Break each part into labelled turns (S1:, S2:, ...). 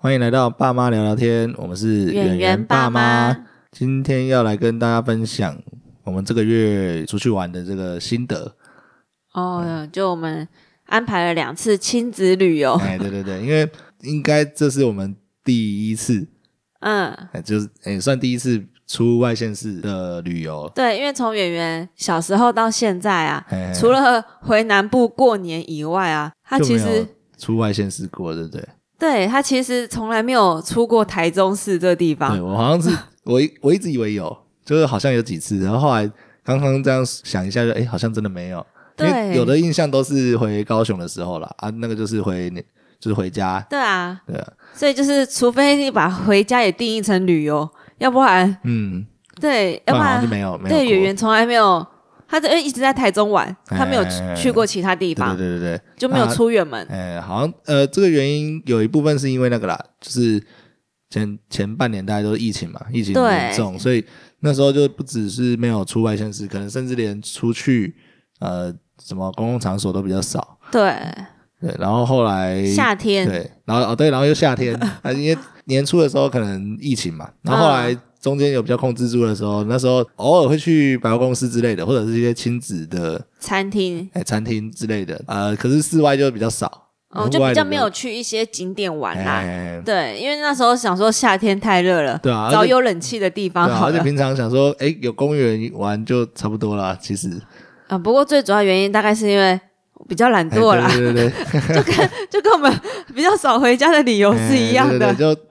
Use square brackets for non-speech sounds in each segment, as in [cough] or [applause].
S1: 欢迎来到爸妈聊聊天，我们是
S2: 演员爸妈。
S1: 今天要来跟大家分享我们这个月出去玩的这个心得。
S2: 哦，就我们安排了两次亲子旅游，
S1: 哎，对对对，因为应该这是我们第一次，
S2: [laughs] 嗯，
S1: 哎，就是哎算第一次出外县市的旅游。
S2: 对，因为从圆圆小时候到现在啊，
S1: 哎，
S2: 除了回南部过年以外啊，他
S1: 就
S2: 其
S1: 没有
S2: 实
S1: 出外县市过，对不对？
S2: 对他其实从来没有出过台中市这地
S1: 对
S2: 方，
S1: 我好像
S2: [laughs]
S1: 是我一我一直以为有，就是好像有几次，然后后来刚刚这样想一下就，诶哎好像真的没有。因为
S2: 对
S1: 有的印象都是回高雄的时候啦，啊，那个就是回就是回家，
S2: 对啊，
S1: 对啊，
S2: 所以就是除非你把回家也定义成旅游，要不然
S1: 嗯，
S2: 对，要
S1: 然
S2: 不
S1: 好像
S2: 然
S1: 就没有没有
S2: 对圆
S1: 过，
S2: 圆从来没有。他就一直在台中玩，他没有去
S1: 哎哎哎
S2: 去过其他
S1: 对
S2: 地
S1: 对
S2: 方，
S1: 对对对，
S2: 就没有出远门。
S1: 哎、好像呃，这个原因有一部分是因为那个啦，就是前前半年大家都是疫情嘛，疫情
S2: 对
S1: 严重，所以那时候就不只是没有出外县市，可能甚至连出去呃什么公共场所都比较少。
S2: 对，
S1: 对，然后后来
S2: 夏天
S1: 哎对，然后哦对，然后又夏
S2: [laughs]
S1: 天啊，因为年初的时候可能疫情嘛，然后后来
S2: 嗯
S1: 中间有比较控制住的时候，那时候偶尔会去百货公司之类的，或者是一些亲子的
S2: 餐厅，
S1: 哎餐厅之类的，呃，可是室外就比较少，
S2: 哦，
S1: 户
S2: 就
S1: 外
S2: 比
S1: 的
S2: 较没有去一些景点玩
S1: 哎
S2: 啦、
S1: 哎哎哎
S2: 对，因为那时候想说夏天太热了，
S1: 对啊，
S2: 找
S1: 而且
S2: 有冷气的地方
S1: 对啊，
S2: 好
S1: 而且
S2: 了。
S1: 平常想说，哎，有公园玩就差不多啦，其实
S2: 啊，不过最主要原因大概是因为我比较懒
S1: 哎
S2: 惰啦，
S1: 对对对
S2: [laughs]
S1: 对，
S2: 就跟我们比较少回家的理由是一样的，
S1: 哎对对对就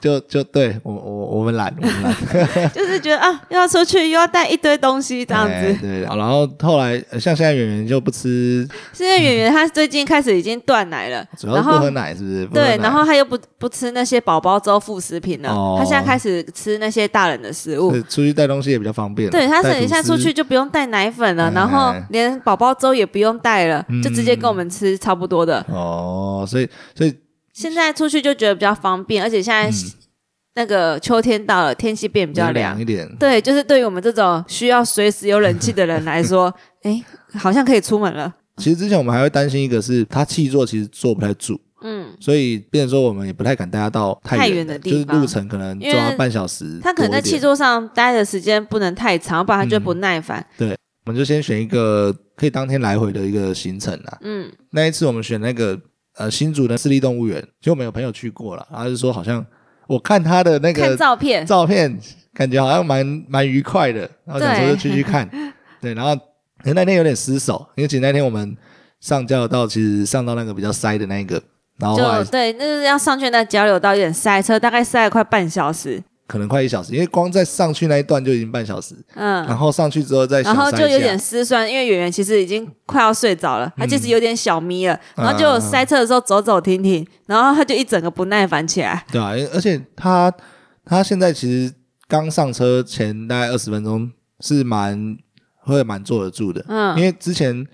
S1: 就就对我我我们懒，我们懒。
S2: [laughs] 就是觉得啊，又要出去又要带一堆东西这样子。 [laughs]
S1: 哎对，好然后后来呃像现在圆圆就不吃，
S2: 现在圆圆她最近开始已经断奶了，
S1: 主要是
S2: 然
S1: 不
S2: 后
S1: 喝奶，是不是？不喝
S2: 对，
S1: 奶
S2: 然后她又不不吃那些宝宝粥副食品了，
S1: 哦
S2: 她现在开始吃那些大人的食物。
S1: 对出去带东西也比较方便。
S2: 对，他
S1: 带
S2: 等一下
S1: 吐
S2: 出
S1: 司
S2: 去，就不用带奶粉了，
S1: 哎嗯
S2: 然后连宝宝粥也不用带了，就直接跟我们吃差不多的。
S1: 哦，所以所以
S2: 现在出去就觉得比较方便，而且现在
S1: 嗯
S2: 那个秋天到了，天气变比较凉
S1: 凉。一点。
S2: 对，就是对于我们这种需要随时有冷气的人来
S1: [laughs]
S2: 说，哎，好像可以出门了。
S1: 其实之前我们还会担心一个是，他气座其实坐不太住，
S2: 嗯，
S1: 所以变成说我们也不太敢带他到
S2: 太
S1: 远
S2: 远
S1: 的
S2: 的地
S1: 就是路
S2: 方
S1: 程可能
S2: 因
S1: 抓
S2: 为
S1: 半小时多一点。
S2: 他可能在气座上待的时间不能太长，不然他就会不耐烦。
S1: 我们就先选一
S2: [laughs]
S1: 个可以当天来回的一个行程啦。
S2: 嗯，
S1: 那一次我们选那个呃新竹的市立动物园，其实我们有朋友去过了，然后就说好像我看他的那
S2: 看
S1: 个
S2: 照 [laughs] 片，
S1: 照片，感觉好像蛮蛮愉快的，然后想说
S2: 对
S1: 就去去看， [laughs] 对，然后可是那天有点失手，因为其实那天我们上交流道其实上到那个比较塞的那一个，然后后来
S2: 就对，那是要上去那交流道有点塞车，大概塞了快半小时。
S1: 可能快一小时，因为光在上去那一段就已经半小时，
S2: 嗯，
S1: 然后上去之后再小
S2: 然后
S1: 塞
S2: 就有
S1: 一
S2: 点
S1: 下，嗯
S2: 失算，因为圆圆其实已经快要睡着了，她其实有点小眯了，
S1: 啊
S2: 然后就有塞车的时候走走停停，然后她就一整个不耐烦起来。
S1: 对啊，因为而且他他现在其实刚上车前大概二十分钟是蛮会蛮坐得住的，
S2: 嗯
S1: 因为之前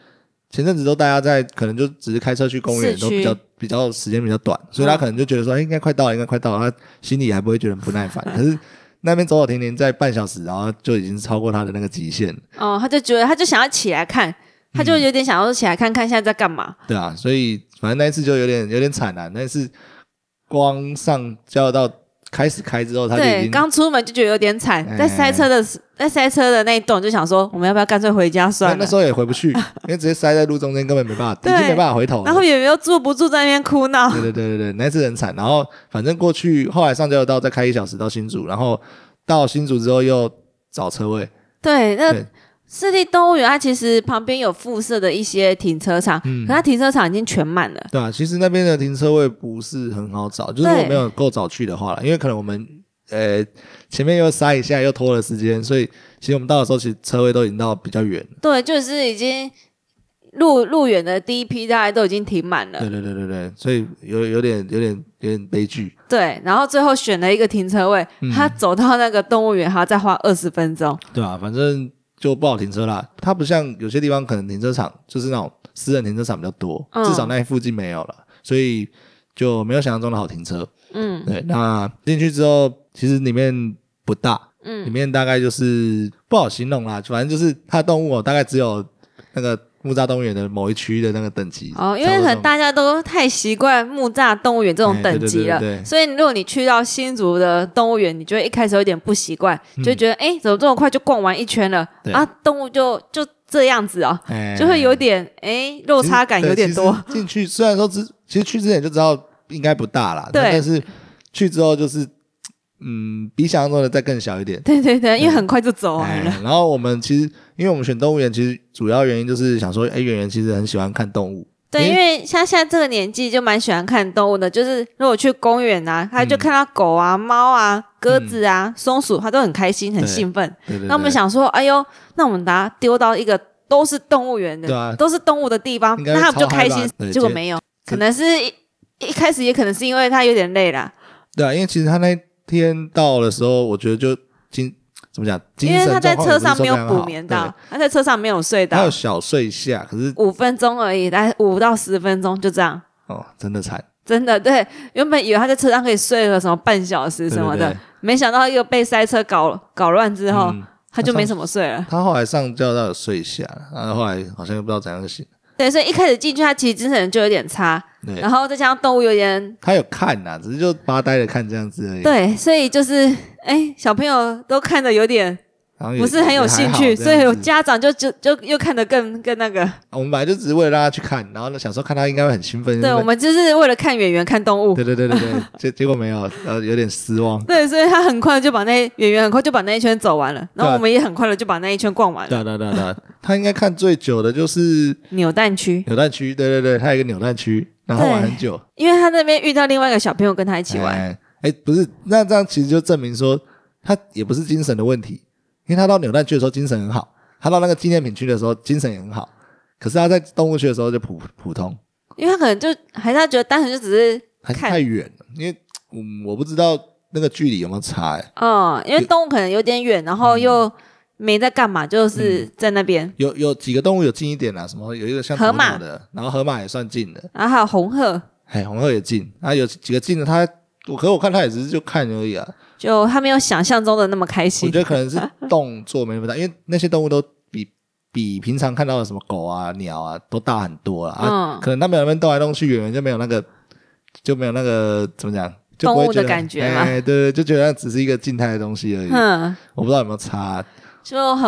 S1: 前阵子都大家在可能就只是开车去公园
S2: 市区
S1: 都比较比较时间比较短，所以他
S2: 嗯
S1: 可能就觉得说、哎应该快到了，应该快到了，他心里还不会觉得很不耐烦，可是。那边走走停停在半小时，然后就已经超过他的那个极限了，
S2: 哦、她就觉得她就想要起来
S1: 嗯
S2: 看，她就有点想要起来看看现在在干嘛。
S1: 对啊，所以反正那一次就有点有点惨啊，那一次光上交流道开始开之后，他就已
S2: 对，
S1: 经
S2: 刚出门就觉得有点惨，
S1: 哎
S2: 在塞车的时在塞车的那一栋就想说，我们要不要干脆回家
S1: 但
S2: 算
S1: 那
S2: 了？
S1: 时候也回不去，因为直接塞在路中间，根本没办法，
S2: 对
S1: 已经没办法回头了。
S2: [laughs] 然后圆圆又坐不住在那边哭闹。
S1: 对对对对对，那次很惨。然后反正过去后来上交流道再开一小时到新竹，然后到新竹之后又找车位，
S2: 对，那
S1: 对
S2: 市立动物园它其实旁边有附设的一些停车场，
S1: 嗯
S2: 可它停车场已经全满了。
S1: 对啊，其实那边的停车位不是很好找，就是如果
S2: 对
S1: 没有够早去的话啦，因为可能我们呃前面又塞一下又拖了时间，所以其实我们到的时候其实车位都已经到比较远了。
S2: 对，就是已经入入园的第一批大概都已经停满了
S1: 对，对对对对，所以有有点有点有点悲剧。
S2: 对，然后最后选了一个停车位，
S1: 嗯
S2: 他走到那个动物园还要再花二十分钟，
S1: 对啊，反正就不好停车啦。它不像有些地方可能停车场就是那种私人停车场比较多，
S2: 嗯
S1: 至少那附近没有了，所以就没有想象中的好停车。
S2: 嗯
S1: 对，那进去之后，其实里面不大，里
S2: 嗯，
S1: 面大概就是不好形容啦，反正就是它的动物哦，大概只有那个木栅动物园的某一区的那个等级。
S2: 哦，因为可能大家都太习惯木栅动物园这种等级
S1: 哎对对对对
S2: 了，
S1: 对
S2: 所以如果你去到新竹的动物园，你就会一开始有点不习惯，就觉得哎，诶怎么这么快就逛完一圈了
S1: 嗯对
S2: 啊？动物就就这样子哦，
S1: 哎
S2: 就会有点哎落差感有
S1: [laughs]
S2: 点多。。
S1: 嗯其实对其实进去虽然说之，其实去之前就知道应该不大啦，
S2: 对
S1: 但但是去之后就是，嗯，比想象中的再更小一点。
S2: 对对对，因为很快就走
S1: 哎
S2: 完了。
S1: 然后我们其实，因为我们选动物园，其实主要原因就是想说，哎，圆圆其实很喜欢看动物，
S2: 对，
S1: 因
S2: 因为像现在这个年纪就蛮喜欢看动物的，就是如果去公园
S1: 嗯
S2: 啊，他就看到狗啊、猫啊、鸽子啊、松鼠，他都很开心、很
S1: 对
S2: 兴奋。
S1: 嗯对对对
S2: 那我们想说，哎呦，那我们把它丢到一个都是动物园
S1: 对
S2: 的，
S1: 啊
S2: 都是动物的地方，
S1: 应该
S2: 那他
S1: 超
S2: 们就
S1: 嗨
S2: 开
S1: 吧
S2: 心
S1: 对。
S2: 结果
S1: 结
S2: 没有，可能是一一开始也可能是因为他有点累啦，
S1: 对啊，因为其实他那天到的时候，我觉得就精怎么讲，精
S2: 因为
S1: 神
S2: 他在
S1: 状况也
S2: 车
S1: 不是
S2: 上
S1: 说
S2: 没有
S1: 非常
S2: 补
S1: 好
S2: 眠
S1: 对
S2: 到，他在车上没有睡
S1: 他
S2: 到
S1: 有，小睡一下，可是
S2: 五分钟而已，大概五到十分钟就这样。
S1: 哦，真的惨，
S2: 真的，对，原本以为他在车上可以睡了什么半小时
S1: 对
S2: 什
S1: 对
S2: 么的，
S1: 对
S2: 没想到又被塞车搞搞乱之后，
S1: 嗯
S2: 他就没什么睡了。
S1: 他后来上觉到有睡一下，然后后来好像又不知道怎样醒。
S2: 对，所以一开始进去，他其实精神就有点差，
S1: 对
S2: 然，后再加上动物有点
S1: 他有看呐、只是就发呆的看这样子而已。，
S2: 对，所以就是哎，小朋友都看的有点
S1: 然后也
S2: 不是很有兴趣，
S1: 也还好
S2: 所
S1: 这
S2: 以
S1: 样
S2: 有
S1: 子
S2: 家长就就就又看得更更那个。
S1: 我们本来就只是为了让他去看，然后呢想说看他应该会很兴奋。
S2: 对，我们就是为了看演员看动物，
S1: 对对对对对，结 [laughs] 结果没有，呃，有点失望。
S2: 对，所以他很快就把那演员很快就把那一圈走完了，
S1: 对
S2: 然后
S1: 啊
S2: 我们也很快的就把那一圈逛完
S1: 对
S2: 了，
S1: 啊对啊对啊对啊，他应该看最久的就是
S2: 扭蛋区。
S1: 扭蛋区，对对对，他有一个扭蛋区，然后玩很久。
S2: 因为他那边遇到另外一个小朋友跟他一起玩，
S1: 哎、哎不是，那这样其实就证明说他也不是精神的问题，因为他到扭蛋区的时候精神很好，他到那个纪念品区的时候精神也很好，可是他在动物区的时候就普普通，
S2: 因为他可能就还是他觉得单纯就只是
S1: 还是
S2: 看
S1: 太远了，因为嗯我不知道那个距离有没有差、哎，
S2: 嗯，因为动物可能有点远，然后
S1: 嗯
S2: 又没在干嘛，就是在那边。
S1: 有有几个动物有近一点啊啦、什么有一个像
S2: 河马
S1: 鸵鸟的，然后河马也算近的，
S2: 然后还有红鹤，
S1: 哎红鹤也近，啊有几个近的他。我可是我看他也只是就看而已啊，
S2: 就他没有想象中的那么开
S1: 我
S2: 心
S1: 觉。得可能是动作没那么大，因为那些动物都比比平常看到的什么狗啊、鸟啊都大很多啊。啊
S2: 嗯，
S1: 可能他们在那边动来动去，远远就没有那个就没有那个怎么讲，就不会
S2: 动物的
S1: 得
S2: 感觉嘛
S1: 哎、对对，就觉得那只是一个静态的东西而已。
S2: 嗯，
S1: 我不知道有没有差，啊
S2: 就很，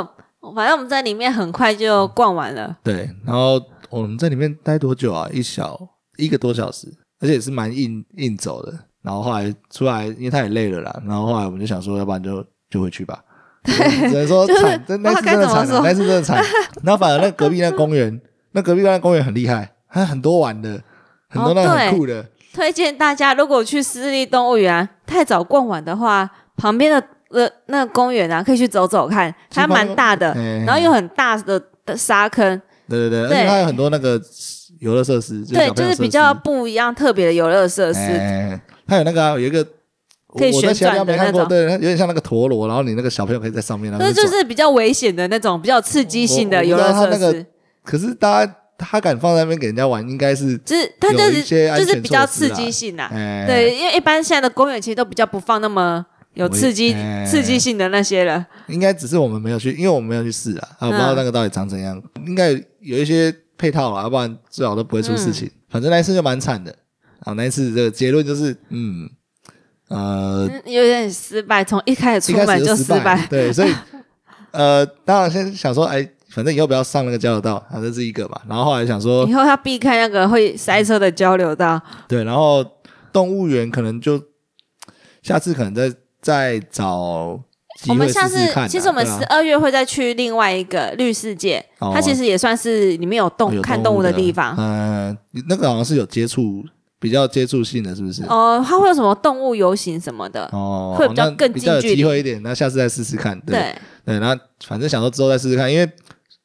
S2: 反正我们在里面很快就逛完了。
S1: 对。然后我们在里面待多久啊？一小一个多小时，而且也是蛮硬硬走的。然后后来出来，因为他也累了啦。然后后来我们就想说，要不然就就回去吧。只能说
S2: [laughs] 就是
S1: 惨，真那次真的
S2: 不
S1: 惨
S2: 知道
S1: 啊，那
S2: 该
S1: 次真的
S2: [laughs]
S1: 惨。然后反而那隔壁那公园，那隔壁那公园很厉害，它很多玩的，很多那种
S2: 哦
S1: 很
S2: 对
S1: 酷的。
S2: 推荐大家，如果去私立动物园太早逛完的话，旁边的呃那个公园啊，可以去走走看，它蛮大的，
S1: 哎
S2: 然后有很大的的沙坑，
S1: 对对对，而
S2: 对
S1: 且它有很多那个游乐设施，
S2: 对，
S1: 小朋
S2: 就
S1: 友
S2: 是
S1: 设施
S2: 比较不一样特别的游乐设施。
S1: 哎它有那个啊有一个。我
S2: 可以
S1: 我在其他地方
S2: 旋转的
S1: 没看过，
S2: 那种
S1: 对，它有点像那个陀螺，然后你那个小朋友可以在上面。然后
S2: 那就
S1: 转
S2: 是比较危险的那种，比较有刺激性的游乐
S1: 我我不知
S2: 设
S1: 道他那
S2: 施，
S1: 可是大家他敢放在那边给人家玩，应该是
S2: 就是它就
S1: 有一
S2: 是
S1: 些安
S2: 就
S1: 全
S2: 是比较
S1: 措施
S2: 刺
S1: 啊
S2: 激性啦。
S1: 哎，
S2: 对，因为一般现在的公园其实都比较不放那么有刺激
S1: 我也哎
S2: 刺激性的那些了。
S1: 应该只是我们没有去，因为我们没有去试啊，
S2: 嗯
S1: 啊，我不知道那个到底长怎样，应该有有一些配套啦，要不然最好都不会出事情。
S2: 嗯
S1: 反正那一次就蛮惨的，啊，那一次这个结论就是，嗯，呃，
S2: 嗯有点失败，从一开始
S1: 一
S2: 出
S1: 开
S2: 门
S1: 始
S2: 就
S1: 就
S2: 失
S1: 败
S2: 败，，
S1: 对，所以呃，当然先想说，哎，反正以后不要上那个交流道，啊，这是一个吧。然后后来想说
S2: 以，后要避开那个会塞车的交流道。
S1: 对，然后动物园可能就下次可能再再找机
S2: 我
S1: 会
S2: 们
S1: 试
S2: 下次
S1: 试看啊。
S2: 其实我们
S1: 对啊
S2: 十二月会再去另外一个绿世界，
S1: 哦
S2: 它其实也算是里面有
S1: 哦
S2: 动
S1: 有
S2: 看
S1: 动
S2: 动
S1: 物
S2: 物的地方。
S1: 嗯、那个好像是有接触，比较接触性的，是不是？
S2: 哦，它会有什么动物游行什么的？
S1: 嗯哦，
S2: 会比较
S1: 那
S2: 更
S1: 比较有
S2: 近距
S1: 机
S2: 离
S1: 会一点，那下次再试试看。对
S2: 对，
S1: 对，那反正想说之后再试试看，因为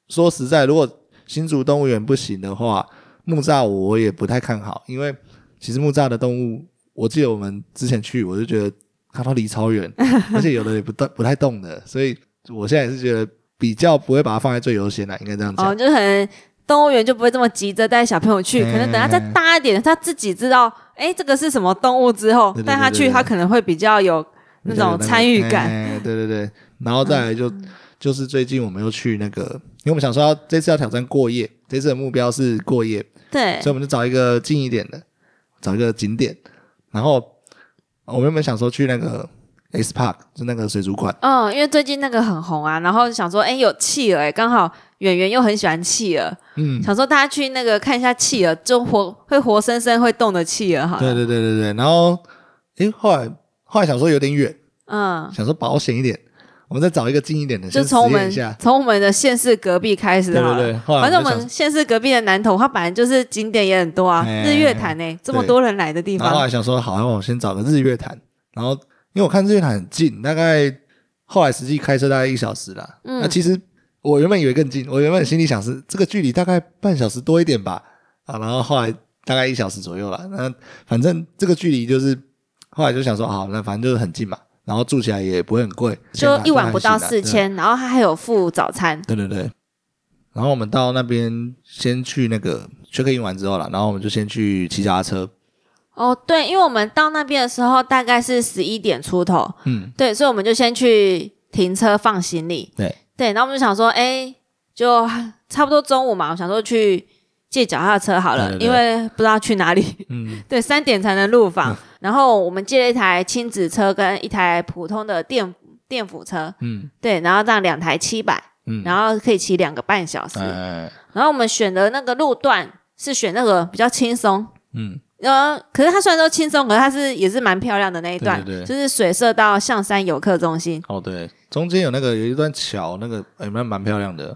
S1: 说实在，如果新竹动物园不行的话，木栅我也不太看好，因为其实木栅的动物，我记得我们之前去，我就觉得它都离超远， [laughs] 而且有的也不动不太动的，所以我现在也是觉得比较不会把它放在最优先啦，应该这样讲。
S2: 哦，就可能动物园就不会这么急着带小朋友去，
S1: 哎
S2: 可能等他再大一点，他自己知道，哎，这个是什么动物之后
S1: 对，对
S2: 带他
S1: 对
S2: 去，
S1: 对
S2: 他可能会比较有那种参与感。嗯
S1: 哎对对对，然后再来就、就是最近我们又去那个因为我们想说要这次要挑战过夜，这次的目标是过夜，
S2: 对
S1: 所以我们就找一个近一点的，找一个景点。然后我们原本想说去那个 S Park，就那个水族馆，
S2: 嗯，因为最近那个很红啊，然后想说，哎，有企鹅，哎，刚好演员又很喜欢企鹅，
S1: 嗯，
S2: 想说大家去那个看一下企鹅，就活会活生生会动的企鹅哈。
S1: [laughs] 对对对对对。然后，诶，后来后来想说有点远，
S2: 嗯，
S1: 想说保险一点，我们再找一个近一点的，
S2: 就
S1: 先实
S2: 从我
S1: 验
S2: 们
S1: 一下。
S2: 从我们的县市隔壁开始
S1: 对
S2: 好
S1: 对
S2: 了。
S1: 对，后来
S2: 反正我
S1: 就想
S2: 们县市隔壁的南投，它本来就是景点也很多啊，
S1: 哎
S2: 日月潭诶、这么
S1: 对
S2: 多人来的地
S1: 然后后
S2: 方，
S1: 来想说，好，那我先找个日月潭。然后因为我看日月潭很近，大概后来实际开车大概一小时啦。
S2: 嗯
S1: 那其实我原本以为更近，我原本心里想是这个距离大概半小时多一点吧。啊，然后后来大概一小时左右啦。那反正这个距离就是后来就想说，好，那反正就是很近嘛。然后住起来也不会很贵，
S2: 就一晚
S1: 晚
S2: 不到四。千，然后它还有附早餐。
S1: 对对对。然后我们到那边先去那个 check in 完之后啦，然后我们就先去骑脚踏车。
S2: 哦，对，因为我们到那边的时候大概是十一点出头，
S1: 嗯，
S2: 对，所以我们就先去停车放行李，
S1: 对
S2: 对，然后我们就想说，哎，就差不多中午嘛，我想说去借脚踏车好了，
S1: 对对对
S2: 因为不知道去哪里， [laughs]
S1: 嗯，
S2: 对，三点才能入访，然后我们借了一台亲子车跟一台普通的电电辅车，
S1: 嗯
S2: 对，然后这样两台七百，
S1: 嗯，
S2: 然后可以骑两个半小时，
S1: 哎，
S2: 然后我们选的那个路段是选那个比较轻松，
S1: 嗯，
S2: 呃，可是它虽然说轻松，可是它是也是蛮漂亮的那一段，
S1: 对对对
S2: 就是水社到象山游客中心。
S1: 哦对，中间有那个有一段桥，那个哎蛮蛮漂亮的，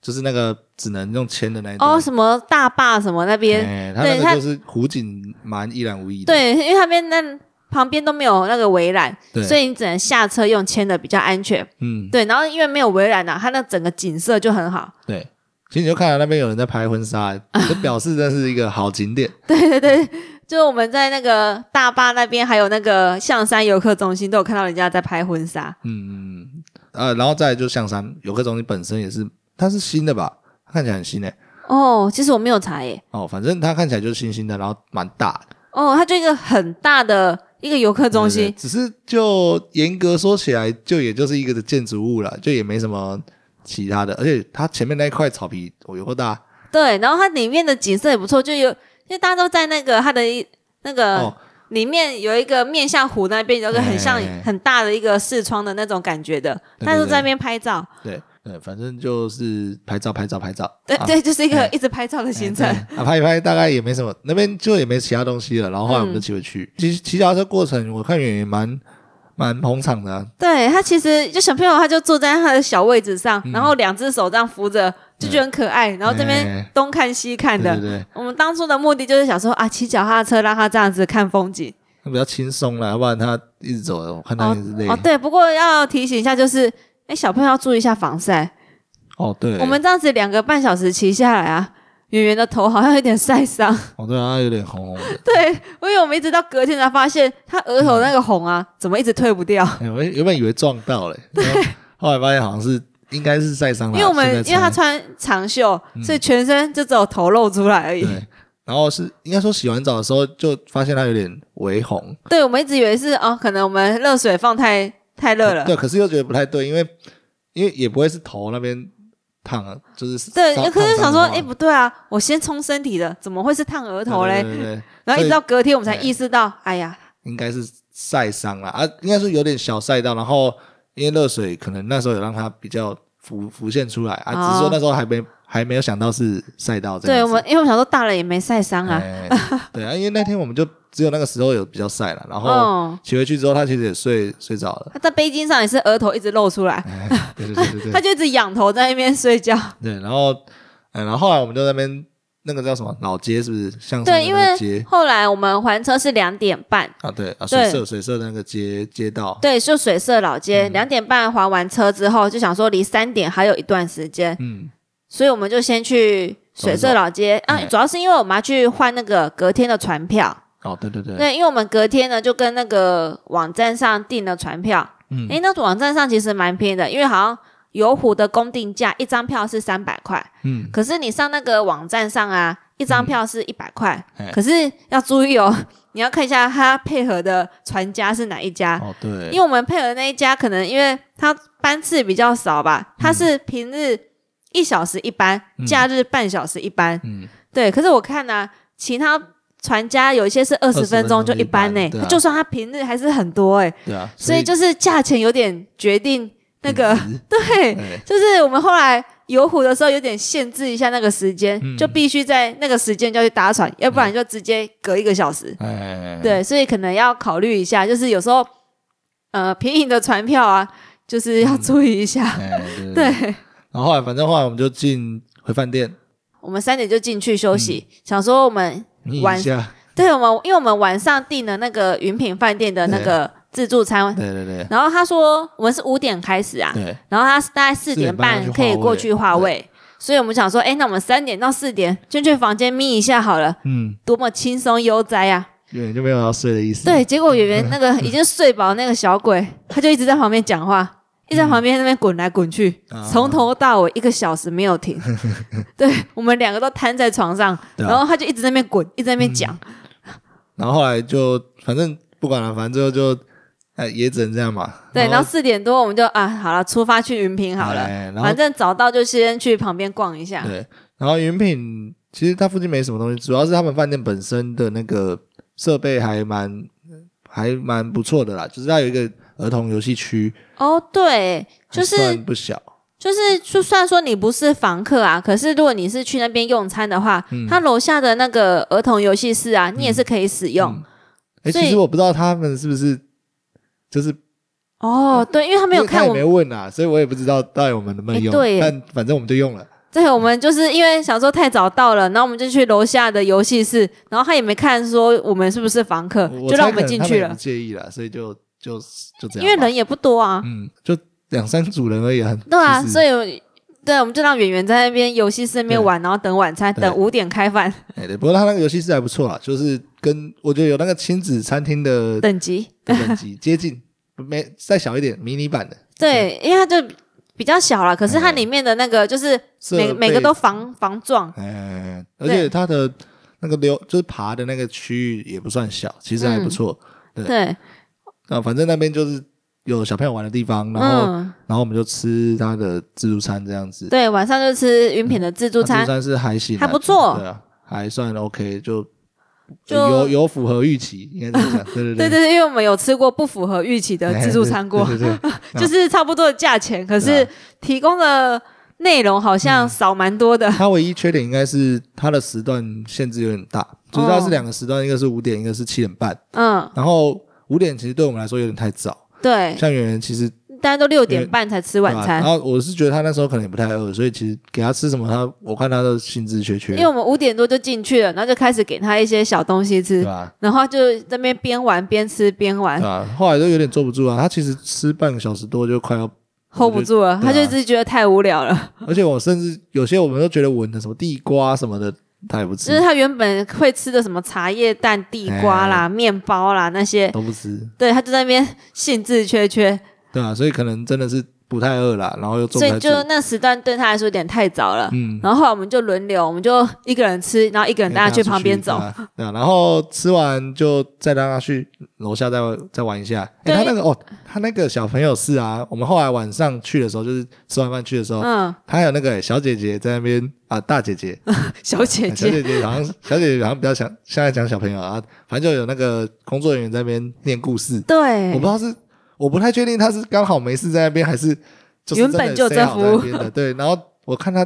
S1: 就是那个只能用牵的那一段。
S2: 哦，什么大坝什么那边，
S1: 哎，它那
S2: 对
S1: 个
S2: 它
S1: 就是湖景蛮一览无遗的。
S2: 对，因为那边那旁边都没有那个围栏，
S1: 对
S2: 所以你只能下车用牵的比较安全。
S1: 嗯，
S2: 对，然后因为没有围栏啊，它那整个景色就很好。 [laughs]
S1: 对。其实你就看到啊那边有人在拍婚纱，就表示这是一个好景点。
S2: 对对对，就是我们在那个大坝那边，还有那个象山游客中心，都有看到人家在拍婚纱。
S1: 嗯嗯，嗯呃，然后再来就象山游客中心本身也是，它是新的吧？它看起来很新诶、
S2: 哦，其实我没有查耶。
S1: 哦，反正它看起来就是新新的，然后蛮大的
S2: 哦，它就一个很大的一个游客中
S1: 对对对。
S2: 心
S1: 只是就严格说起来，就也就是一个的建筑物了，就也没什么其他的。而且它前面那一块草皮哦有够大
S2: 对，然后它里面的景色也不错，就有因为大家都在那个它的一那个、
S1: 哦，
S2: 里面有一个面向湖那边有一个很像
S1: 哎哎哎
S2: 很大的一个视窗的那种感觉的，
S1: 对对
S2: 大家都在那边拍照。
S1: 对对，反正就是拍照拍照拍照，
S2: 对
S1: 啊、
S2: 对，就是一个
S1: 哎
S2: 一直拍照的
S1: 哎
S2: 行程。
S1: 对啊拍一拍大概也没什么，那边就也没其他东西了。然后后来我们就骑回去，
S2: 嗯
S1: 骑骑脚踏车过程我看远也蛮蛮捧场的啊、
S2: 对他其实就小朋友，他就坐在他的小位置上，
S1: 嗯
S2: 然后两只手这样扶着，就觉得很可爱。然后这
S1: 哎
S2: 边
S1: 哎
S2: 东看西看
S1: 对
S2: 的。
S1: 对对，
S2: 我们当初的目的就是想说啊，骑脚踏车让他这样子看风景。
S1: 那比较轻松了，要不然他一直走，我看他
S2: 哦
S1: 一直累。
S2: 哦，对，不过要提醒一下，就是哎，小朋友要注意一下防晒。
S1: 哦对，
S2: 我们这样子两个半小时骑下来啊，圆圆的头好像有点晒伤。 [laughs]
S1: 哦对啊，他有点红红的。
S2: 对，我以为我们一直到隔天才发现，他额头那个红啊，怎么一直退不掉？
S1: [laughs] 哎、我原本以为撞到了、对，然后后来发现好像是应该是晒伤了，
S2: 因为我们
S1: 嗯现在
S2: 因为他
S1: 才
S2: 穿长袖，
S1: 嗯
S2: 所以全身就只有头露出来而已。
S1: 对，然后是应该说洗完澡的时候就发现他有点微红，
S2: 对，我们一直以为是哦，可能我们热水放太太热了。
S1: 对，可是又觉得不太对，因为因为也不会是头那边烫啊，就是
S2: 对，
S1: 烧
S2: 可是
S1: 烫
S2: 想说，
S1: 伤的话
S2: 哎，不对啊，我先冲身体的，怎么会是烫额头嘞？
S1: 对对对对
S2: 然后一直
S1: 所以
S2: 到隔天，我们才
S1: 对
S2: 意识到，哎呀，
S1: 应该是晒伤了啊，应该是有点小晒到，然后因为热水可能那时候有让它比较浮浮现出来啊，只是
S2: 哦
S1: 说那时候还没还没有想到是晒到这
S2: 对
S1: 样
S2: 我
S1: 子。
S2: 们，因为我想说大了也没晒伤啊。
S1: 哎对啊，因为那天我们就只有那个时候有比较晒了，然后
S2: 哦，
S1: 骑回去之后，他其实也睡睡着了。
S2: 他在背巾上也是额头一直露出来，
S1: 哎对对对对
S2: 他
S1: 对
S2: 就一直仰头在那边睡觉。
S1: 对，然后，哎，然后后来我们就在那边那个叫什么老街，是不是？向上的
S2: 对，因
S1: 那
S2: 为
S1: 个街
S2: 后来我们还车是两点半，
S1: 啊，对啊，
S2: 对
S1: 水社水社的那个街街道，
S2: 对，就水社老街，
S1: 嗯
S2: 两、点半还完车之后，就想说离三点还有一段时间，
S1: 嗯，
S2: 所以我们就先去水社老街。
S1: 走一
S2: 啊
S1: 走，嗯
S2: 主要是因为我们要去换那个隔天的船票。
S1: 哦，对对对，
S2: 对，因为我们隔天呢就跟那个网站上订了船票。
S1: 嗯
S2: 诶，那网站上其实蛮便宜的，因为好像游湖的公定价一张票是三百块，
S1: 嗯，
S2: 可是你上那个网站上啊，一张票是一百块，
S1: 哎
S2: 可是要注意哦， [laughs] 你要看一下它配合的船家是哪一家。
S1: 哦对，
S2: 因为我们配合那一家，可能因为它班次比较少吧，它是平日一小时一班，
S1: 嗯
S2: 假日半小时一班。
S1: 嗯，
S2: 对，可是我看呢、其他船家有一些是二十
S1: 20
S2: 分钟就一班呢、
S1: 分钟就一班对啊
S2: 就算他平日还是很多哎、
S1: 对啊，
S2: 所以就是价钱有点决定
S1: [laughs]
S2: 那个
S1: 品质
S2: 对，
S1: 哎
S2: 就是我们后来游湖的时候有点限制一下那个时间，
S1: 嗯
S2: 就必须在那个时间就要去搭船，要不然就直接隔一个小时。
S1: 哎哎，哎，
S2: 对，所以可能要考虑一下，就是有时候呃便宜的船票啊，就是要注意一下。
S1: 哎对
S2: 对。
S1: 然后后来反正后来我们就进回饭店
S2: 我们三点就进去休息，
S1: 嗯
S2: 想说我们
S1: 眯
S2: 晚
S1: 一下，
S2: 对我们，因为我们晚上订了那个云品饭店的那个自助餐，
S1: 对对对
S2: 然后他说我们是五点开始啊，
S1: 对，
S2: 然后他大概四
S1: 4
S2: 点
S1: 点半
S2: 半
S1: 要去
S2: 可以过去
S1: 化
S2: 化
S1: 位
S2: 位，所以我们想说，哎，那我们三点到四点就去房间眯一下好了，
S1: 嗯，
S2: 多么轻松悠哉啊！
S1: 有点就没有要睡的意思，
S2: 对，结果圆圆那
S1: [laughs]
S2: 个已经睡饱那个小鬼，他就一直在旁边讲话，一直在旁边那边滚来滚去
S1: 嗯啊，
S2: 从头到尾一个小时没
S1: [laughs]
S2: 有停。对我们两个都瘫在床上，
S1: 对啊嗯
S2: 然后他就一直在那边滚，一直在那边讲。
S1: 然后后来就反正不管了，反正最后就哎也只能这样嘛。
S2: 对，然后四点多我们就啊，好了，出发去云平好了，
S1: 哎然后
S2: 反正早到就先去旁边逛一下。
S1: 对，然后云品其实它附近没什么东西，主要是他们饭店本身的那个设备还蛮还蛮不错的啦，就是它有一个儿童游戏区，
S2: 哦，对，就
S1: 还
S2: 是
S1: 算不小，
S2: 就是，就算说你不是房客啊，可是如果你是去那边用餐的话，
S1: 嗯
S2: 他楼下的那个儿童游戏室啊，你也是可以使用。
S1: 哎，
S2: 所以
S1: 其实我不知道他们是不是就是
S2: 哦，对，因为他没有
S1: 因为他
S2: 看
S1: 也
S2: 我
S1: 没
S2: 们，
S1: 问啊，所以我也不知道到底我们能不能
S2: 哎
S1: 用，
S2: 对耶
S1: 但反正我们就用了。
S2: 对，我们就是因为想说太早到了，然后我们就去楼下的游戏室，然后他也没看说我们是不是房客，
S1: 我
S2: 就
S1: 猜
S2: 让我们
S1: 可能
S2: 进
S1: 他
S2: 去
S1: 也
S2: 了
S1: 不，介意了，所以就就就这样吧，
S2: 因为人也不多啊，
S1: 嗯，就两三组人而已，很
S2: 对啊，
S1: 其实
S2: 所以。对，我们就让圆圆在那边游戏室那边
S1: 对
S2: 玩，然后等晚餐，
S1: 对
S2: 等五点开饭
S1: 哎、对，不过他那个游戏是还不错啦，就是跟我觉得有那个亲子餐厅的的
S2: 等级。
S1: 等
S2: [laughs]
S1: 级接近，没再小一点，迷你版的
S2: 对，因为它就比较小了，可是它
S1: 哎
S2: 里面的那个就是
S1: 设
S2: 每
S1: 备，
S2: 每个都防防撞，
S1: 哎、而且它的那个流就是爬的那个区域也不算小，其实还不错。
S2: 嗯
S1: 对
S2: 对，
S1: 那、反正那边就是有小朋友玩的地方，然后、
S2: 嗯，
S1: 然后我们就吃它的自助餐这样子。
S2: 对，晚上就吃云品的自助
S1: 那自
S2: 餐
S1: 助，餐是还行啊，
S2: 还不错
S1: 对啊，还算 OK，就
S2: 就
S1: 有有符合预期，应该是这样，对对
S2: [laughs] 对对
S1: 对
S2: 对，因为我们有吃过不符合预期的自助餐过，
S1: 哎
S2: [laughs]
S1: 对对对对
S2: 就是差不多的价钱，
S1: 对
S2: 可
S1: 啊嗯
S2: 是提供的内容好像少蛮多的。
S1: 它唯一缺点应该是它的时段限制有点大，
S2: 哦
S1: 就是它是两个时段，一个是五点，一个是七点半。
S2: 嗯，
S1: 然后五点其实对我们来说有点太早，
S2: 对，
S1: 像圆圆其实
S2: 大家都六点半才吃哎晚
S1: 对吧然后
S2: 餐，
S1: 我是觉得他那时候可能也不太饿，所以其实给他吃什么，他我看他都兴致缺缺
S2: 因为，我们五点多就进去了，然后就开始给他一些小东
S1: 对
S2: 西吃，
S1: 吧？
S2: 然后就在那边边玩边吃边玩
S1: 对啊吧？后来都有点坐不住啊，他其实吃半个小时多就快要，
S2: ，hold 不住了，
S1: 对啊
S2: 他就一直觉得太无聊了。
S1: 而且我甚至有些我们都觉得闻的什么地瓜什么的，他也不吃
S2: 就是，他原本会吃的什么茶叶蛋、地瓜
S1: 哎
S2: 啦、面包啦那些，
S1: 都不吃，
S2: 对，他就在那边兴致缺缺，
S1: 对啊，所以可能真的是不太饿啦，然后又坐
S2: 所
S1: 不
S2: 以
S1: 太住，
S2: 就那时段对他来说有点太早了。
S1: 嗯。
S2: 然后后来我们就轮流，我们就一个人吃，然后一个人大家去旁边走
S1: 对。啊。对啊，然后吃完就再让他去楼下再再玩一下。哎，
S2: 对
S1: 他那个哦，他那个小朋友是啊，我们后来晚上去的时候，就是吃完饭去的时候， [laughs]
S2: 嗯，
S1: 他还有那个小姐姐在那边啊，大姐姐，
S2: 小姐
S1: 哎小姐
S2: 姐，
S1: 姐
S2: [laughs]
S1: 好像小姐姐好像比较想现在讲小朋友啊，反正就有那个工作人员在那边念故事，我
S2: 对
S1: 不知道是我不太确定他是刚好没事在那边，还是就是
S2: 原本就有
S1: 真的塞好
S2: 这服
S1: 在
S2: 务
S1: 那边的对，然后我看他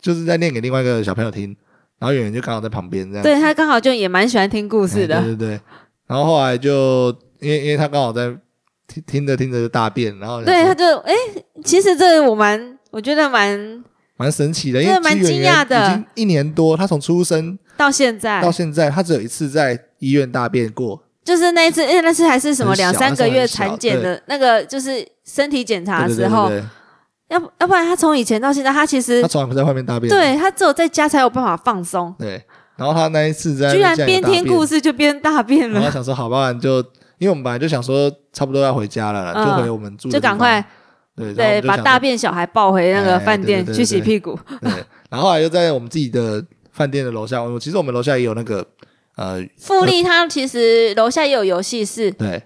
S1: 就是在念给另外一个小朋友听，然后演员就刚好在旁边这样。
S2: 对，他刚好就也蛮喜欢听 [laughs] 故事
S1: 哎
S2: 的。
S1: 对对对。然后后来就因为因为他刚好在听听着听着就大便，然后
S2: 对，
S1: 想说
S2: 他就哎，其实这我蛮，我觉得蛮
S1: 蛮神奇的，因
S2: 真
S1: 为
S2: 的蛮
S1: 其实演
S2: 惊
S1: 员
S2: 讶的哎
S1: 已经一年多，他从出生
S2: 到现在
S1: 到，现在，他只有一次在医院大便过，
S2: 就是那一次，哎，那次还是什么
S1: 很小
S2: 两三个月产检
S1: 那时候
S2: 的那个，就是身体检查的
S1: 对对对
S2: 时候，
S1: 对对
S2: 要不要不然他从以前到现在，他其
S1: 对
S2: 实
S1: 他从来不在外面大便，
S2: 对他只有在家才有办法放松，
S1: 对。然后他那一次在
S2: 居然边听
S1: 听
S2: 故事就边大便
S1: 然后
S2: 了，
S1: 想说好吧，就因为我们本来就想说差不多要回家了啦，
S2: 嗯
S1: 就回我们住的
S2: 就
S1: 地方
S2: 赶快
S1: 对然后我
S2: 对
S1: 们就
S2: 把
S1: 想
S2: 大便小孩抱回那
S1: 哎
S2: 个
S1: 对
S2: 饭
S1: 对
S2: 店
S1: 对
S2: 去
S1: 对
S2: 洗屁股。
S1: 对，然后后来又在我们自己的饭店的楼下，我其实我们楼下也有那个呃 [laughs]
S2: 富丽它其实楼下也有游戏室，
S1: 对，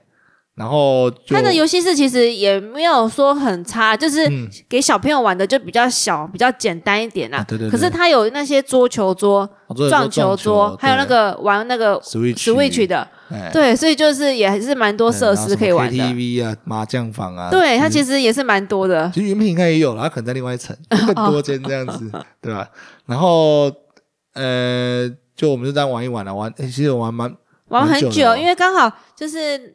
S1: 然后就
S2: 它的游戏室其实也没有说很差，就是
S1: 嗯
S2: 给小朋友玩的就比较小、比较简单一点啦。
S1: 啊对对对
S2: 可是它有那些桌球桌、
S1: 哦桌
S2: 撞
S1: 球
S2: 桌，还有那个玩那个
S1: Switch
S2: Switch 的，
S1: 哎嗯
S2: 对，所以就是也还是蛮多设施可以玩的。
S1: ，KTV 啊，麻将房啊，
S2: 对，它
S1: 嗯
S2: 其实也是蛮多的。
S1: 其实云品应该也有了，它可能在另外一层，
S2: [laughs]
S1: 更多间这样子，对吧？然后呃，就我们就这样玩一玩了，啊玩、诶其实我玩蛮
S2: 玩很
S1: 蛮久
S2: 久，
S1: 的哦
S2: 因为刚好就是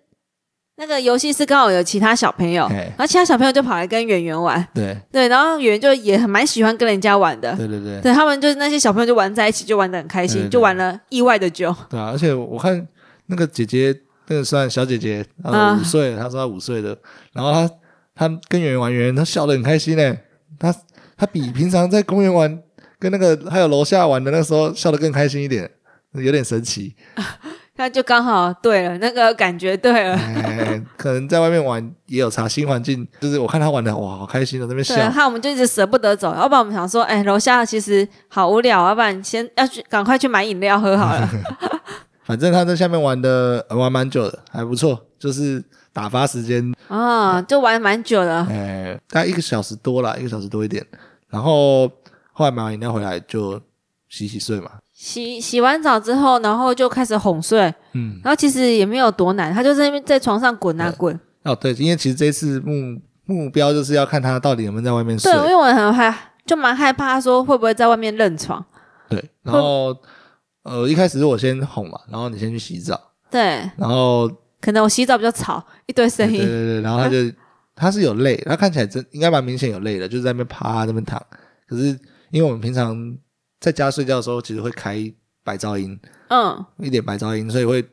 S2: 那个游戏是刚好有其他小朋友，
S1: 哎
S2: 然后其他小朋友就跑来跟圆圆玩，
S1: 对
S2: 对，然后圆圆就也很蛮喜欢跟人家玩的，
S1: 对对对
S2: 对他们就是那些小朋友就玩在一起，就玩的很开心，
S1: 对对对
S2: 就玩了意外的久，
S1: 对啊！而且我看那个姐姐，那个算小姐姐，她
S2: 啊
S1: 五岁，她说她五岁的，然后她她跟圆圆玩，圆圆她笑得很开心呢、她她比平常在公园玩跟那个还有楼下玩的那时候笑得更开心一点，有点神
S2: [laughs]
S1: 奇。
S2: 那就刚好对了，那个感觉对了，
S1: 哎，可能在外面玩也有差，新环境就是我看她玩的哇，好开心哦的，在那边
S2: 对，啊然
S1: 笑。
S2: 后我们就一直舍不得走，要不然我们想说，哎，楼下其实好无聊，要不然先要去赶快去买饮料喝好
S1: [laughs]
S2: 了，
S1: 反正她在下面玩的呃玩蛮久的，还不错，就是打发时间
S2: 啊，就玩蛮久了，
S1: 哎，大概一个小时多啦，一个小时多一点。然后后来买完饮料回来就洗洗睡嘛。
S2: 洗洗完澡之后，然后就开始哄睡。
S1: 嗯，
S2: 然后其实也没有多难，他就在那边在床上滚啊滚。
S1: 哦对，因为其实这次目目标就是要看他到底有没有在外面睡
S2: 对，。因为我很害，就蛮害怕说会不会在外面认床。
S1: 对，然后呃一开始是我先哄嘛，然后你先去洗澡，
S2: 对，
S1: 然后
S2: 可能我洗澡比较吵，一堆声
S1: 对对
S2: 音。
S1: 对，然后他就他是有累，他看起来真应该蛮明显有累的，就是在那边趴在那边躺。可是因为我们平常在家睡觉的时候，其实会开白噪音，
S2: 嗯
S1: 一点白噪音，所以会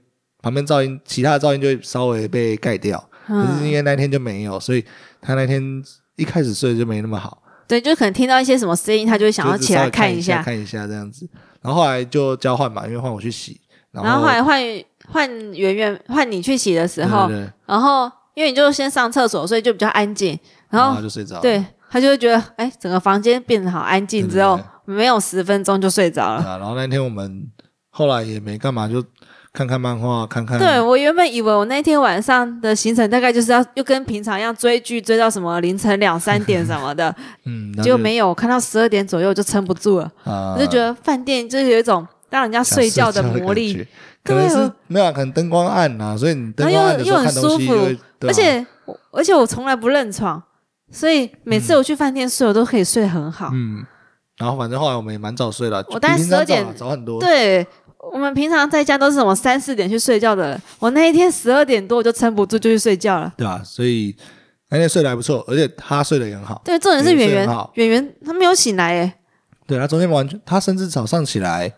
S1: 旁边噪音，其他的噪音就会稍微被盖掉。可是因
S2: 嗯，
S1: 为那天就没有，所以他那天一开始睡就没那么好，
S2: 对，就可能听到一些什么声音，他就会想要
S1: 就是
S2: 起
S1: 稍
S2: 来
S1: 微
S2: 看
S1: 看
S2: 一
S1: 下，
S2: 下。
S1: 看一下这样子。然后后来就交换嘛，因为换我去洗，然
S2: 然后后来换换圆圆换你去洗的时候，
S1: 对对对
S2: 然后因为你就先上厕所，所以就比较安静。然
S1: 然后
S2: 后
S1: 他就睡着了。
S2: 对他就会觉得，哎，整个房间变得好安静。
S1: 对对
S2: 之后
S1: 对
S2: 没有十分钟就睡着了。
S1: 啊，然后那天我们后来也没干嘛，就看看漫画，看看
S2: 对我原本以为我那天晚上的行程大概就是要又跟平常一样追剧，追到什么凌晨两三点什
S1: [laughs]
S2: 么的，
S1: 嗯，
S2: 结果没有。我看到十二点左右就撑不住了，
S1: 啊，
S2: 我就觉得饭店就是有一种让人家
S1: 想
S2: 睡觉的
S1: 的
S2: 魔
S1: 感
S2: 力，
S1: 觉。可能
S2: 对
S1: 是
S2: 我
S1: 没有啊，可能灯光暗啊，所以你灯
S2: 然后
S1: 光暗
S2: 又
S1: 的时候看
S2: 又很
S1: 东西
S2: 舒
S1: 就
S2: 服
S1: 会，对啊
S2: 而且我而且我从来不认床，所以每次我去饭店睡，我都可以睡很好。
S1: 嗯，然后反正后来我们也蛮早睡了，
S2: 我大概
S1: 比平常
S2: 12点
S1: 早啊早很多，
S2: 对。我们平常在家都是什么三四点去睡觉的人，我那一天十二点多我就撑不住就去睡觉了。
S1: 对吧？所以那天睡得还不错，而且他睡得也很好，
S2: 对，重点是
S1: 也
S2: 圆
S1: 睡很
S2: 圆
S1: 好，
S2: 圆圆她没有醒来诶，
S1: 对他昨天完全，他甚至早上起来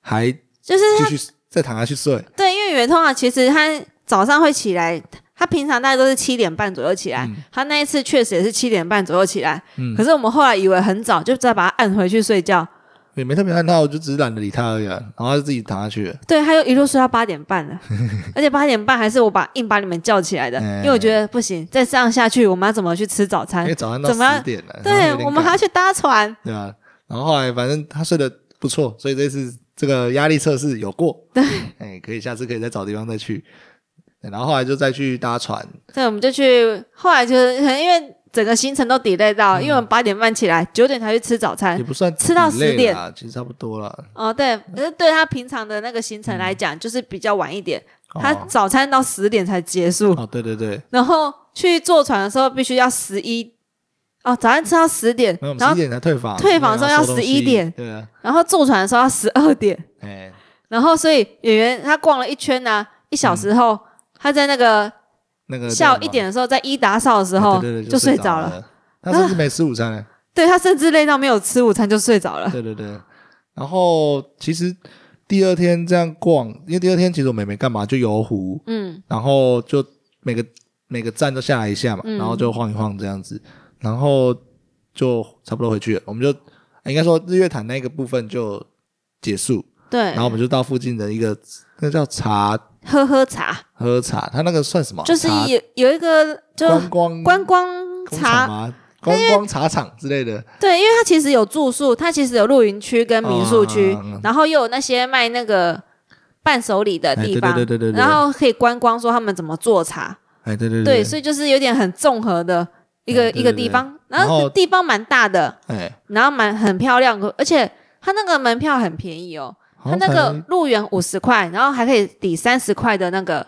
S1: 还
S2: 就是她
S1: 继续再躺下去睡，
S2: 对，因为圆通啊，其实他早上会起来，他平常大概都是七点半左右起来，
S1: 嗯
S2: 他那一次确实也是七点半左右起来，
S1: 嗯
S2: 可是我们后来以为很早，就再把他按回去睡觉，
S1: 也没特别按他，我就只是懒得理他而已、啊，然后他就自己躺下去了。
S2: 对，他又一路睡到八点半
S1: [laughs]
S2: 了，而且八点半还是我把硬把你们叫起来的，
S1: 哎
S2: 因为我觉得不行，再这样下去，我们要怎么去吃早
S1: 因
S2: 餐
S1: 为？早上到
S2: 哎怎么样
S1: 十点了，然后
S2: 对
S1: 有点
S2: 我们
S1: 赶
S2: 还要去搭船，
S1: 对吧？然后后来反正他睡得不错，所以这次这个压力测试有
S2: [laughs]
S1: 过，对，哎，可以下次可以再找地方再去。然后后来就再去搭船，
S2: 对，我们就去，后来就是可能因为整个行程都 delay
S1: 嗯
S2: 到，因为我们八点半起来，九点才去吃早餐
S1: 也，不算
S2: 哎吃到
S1: 很累
S2: 10点
S1: 啦，其实差不多了。
S2: 哦，对，可是对他平常的那个行程来讲，就是比较晚一点，他
S1: 哦
S2: 早餐到十点才结束，
S1: 哦，对对对，
S2: 然后去坐船的时候必须要十一，哦，早上吃到十点
S1: 那我，们
S2: 然
S1: 十
S2: 后
S1: 点才退房，
S2: 退房的时候要
S1: 收东西
S2: 11点
S1: 对啊，
S2: 然后坐船的时候要十二点，
S1: 哎，
S2: 然后所以演员他逛了一圈呢、一小时
S1: 嗯
S2: 后，他在那个
S1: 那个
S2: 下午
S1: 叫什
S2: 一
S1: 么
S2: 点的时候，在一打扫的时
S1: 哎
S2: 候、
S1: 对对对
S2: 就睡
S1: 着
S2: 着了，。
S1: 他甚
S2: [laughs]
S1: 至没吃午餐呢。
S2: 对他甚至累到没有吃午餐就睡着了，
S1: 对对对，然后其实第二天这样逛，因为第二天其实我们也没干嘛，就游湖，
S2: 嗯，
S1: 然后就每个每个站都下来一下嘛，
S2: 嗯
S1: 然后就晃一晃这样子，然后就差不多回去了。我们就哎应该说日月潭那个部分就结束，
S2: 对
S1: 然，后我们就到附近的一个那叫茶
S2: 喝喝茶，
S1: 喝茶，它那个算什么啊？
S2: 就是
S1: 茶
S2: 有有一个就
S1: 观光
S2: 观光
S1: 工
S2: 茶
S1: 厂。吗？观光茶厂之类的，
S2: 对，因为它其实有住宿，它其实有露营区跟民宿区，
S1: 嗯嗯嗯嗯
S2: 然后又有那些卖那个伴手礼的
S1: 哎
S2: 地
S1: 对
S2: 方，
S1: 哎对对对对对
S2: 然后可以观光说他们怎么做茶，
S1: 哎，对对
S2: 对，
S1: 对，
S2: 所以就是有点很综合的一个、
S1: 嗯对
S2: 一个
S1: 对
S2: 地
S1: 对
S2: 方，
S1: 然后
S2: 这地方蛮大的，
S1: 哎，
S2: 然后蛮很漂亮，而且它那个门票很便宜哦，
S1: 好像
S2: 它那个
S1: 才
S2: 入园五十块，然后还可以抵三十块的那个，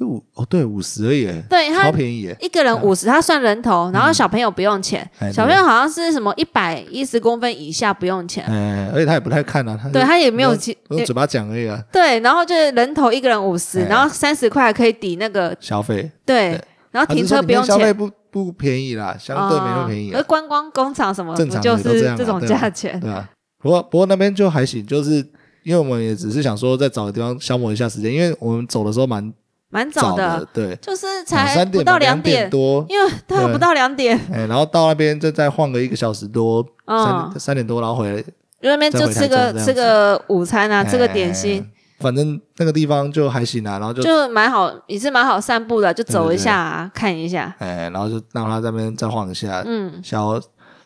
S1: 五哦，对，五十而已耶，
S2: 对，它
S1: 超便宜耶，
S2: 一个人五十，它算人头，然后小朋友不用钱，
S1: 哎
S2: 小朋友好像是什么一百一十公分以下不用钱，
S1: 哎，而且他也不太看啊，他
S2: 对，
S1: 就
S2: 它也没有
S1: 用
S2: 其
S1: 用嘴巴讲而已啊，
S2: 对，然后就是人头一个人五十，
S1: 哎
S2: 然后三十块可以抵那个
S1: 消费，
S2: 对
S1: 对，
S2: 然后
S1: 他只
S2: 啊
S1: 是说里
S2: 停车不
S1: 面
S2: 用
S1: 消
S2: 钱哦
S1: 费。不不便宜啦，相对没那么便宜
S2: 而
S1: 啊，
S2: 观光工厂什么的
S1: 正
S2: 不
S1: 常
S2: 就
S1: 的都
S2: 是
S1: 这样啊
S2: 种
S1: 对吧
S2: 价钱？
S1: 对吧？不过不过那边就还行，就是因为我们也只是想说再找个地方消磨一下时间，因为我们走的时候蛮
S2: 蛮
S1: 早
S2: 早的，，
S1: 对，
S2: 就是
S1: 两
S2: 才
S1: 三
S2: 不
S1: 点
S2: 到
S1: 吧两
S2: 点，
S1: 多，
S2: 因为对
S1: 对
S2: 不到两点，
S1: 哎，然后到那边就再晃个一个小时多，
S2: 嗯
S1: 三，三点多，然后回来
S2: 就那边就吃
S1: 再回台
S2: 个
S1: 中这样子
S2: 吃个午餐啊，吃个点
S1: 哎
S2: 心，
S1: 反正那个地方就还行啊，然后就
S2: 就蛮好，也是蛮好散步的，就走一下啊，看一下，
S1: 哎，然后就让他在那边再晃一下，
S2: 嗯，
S1: 消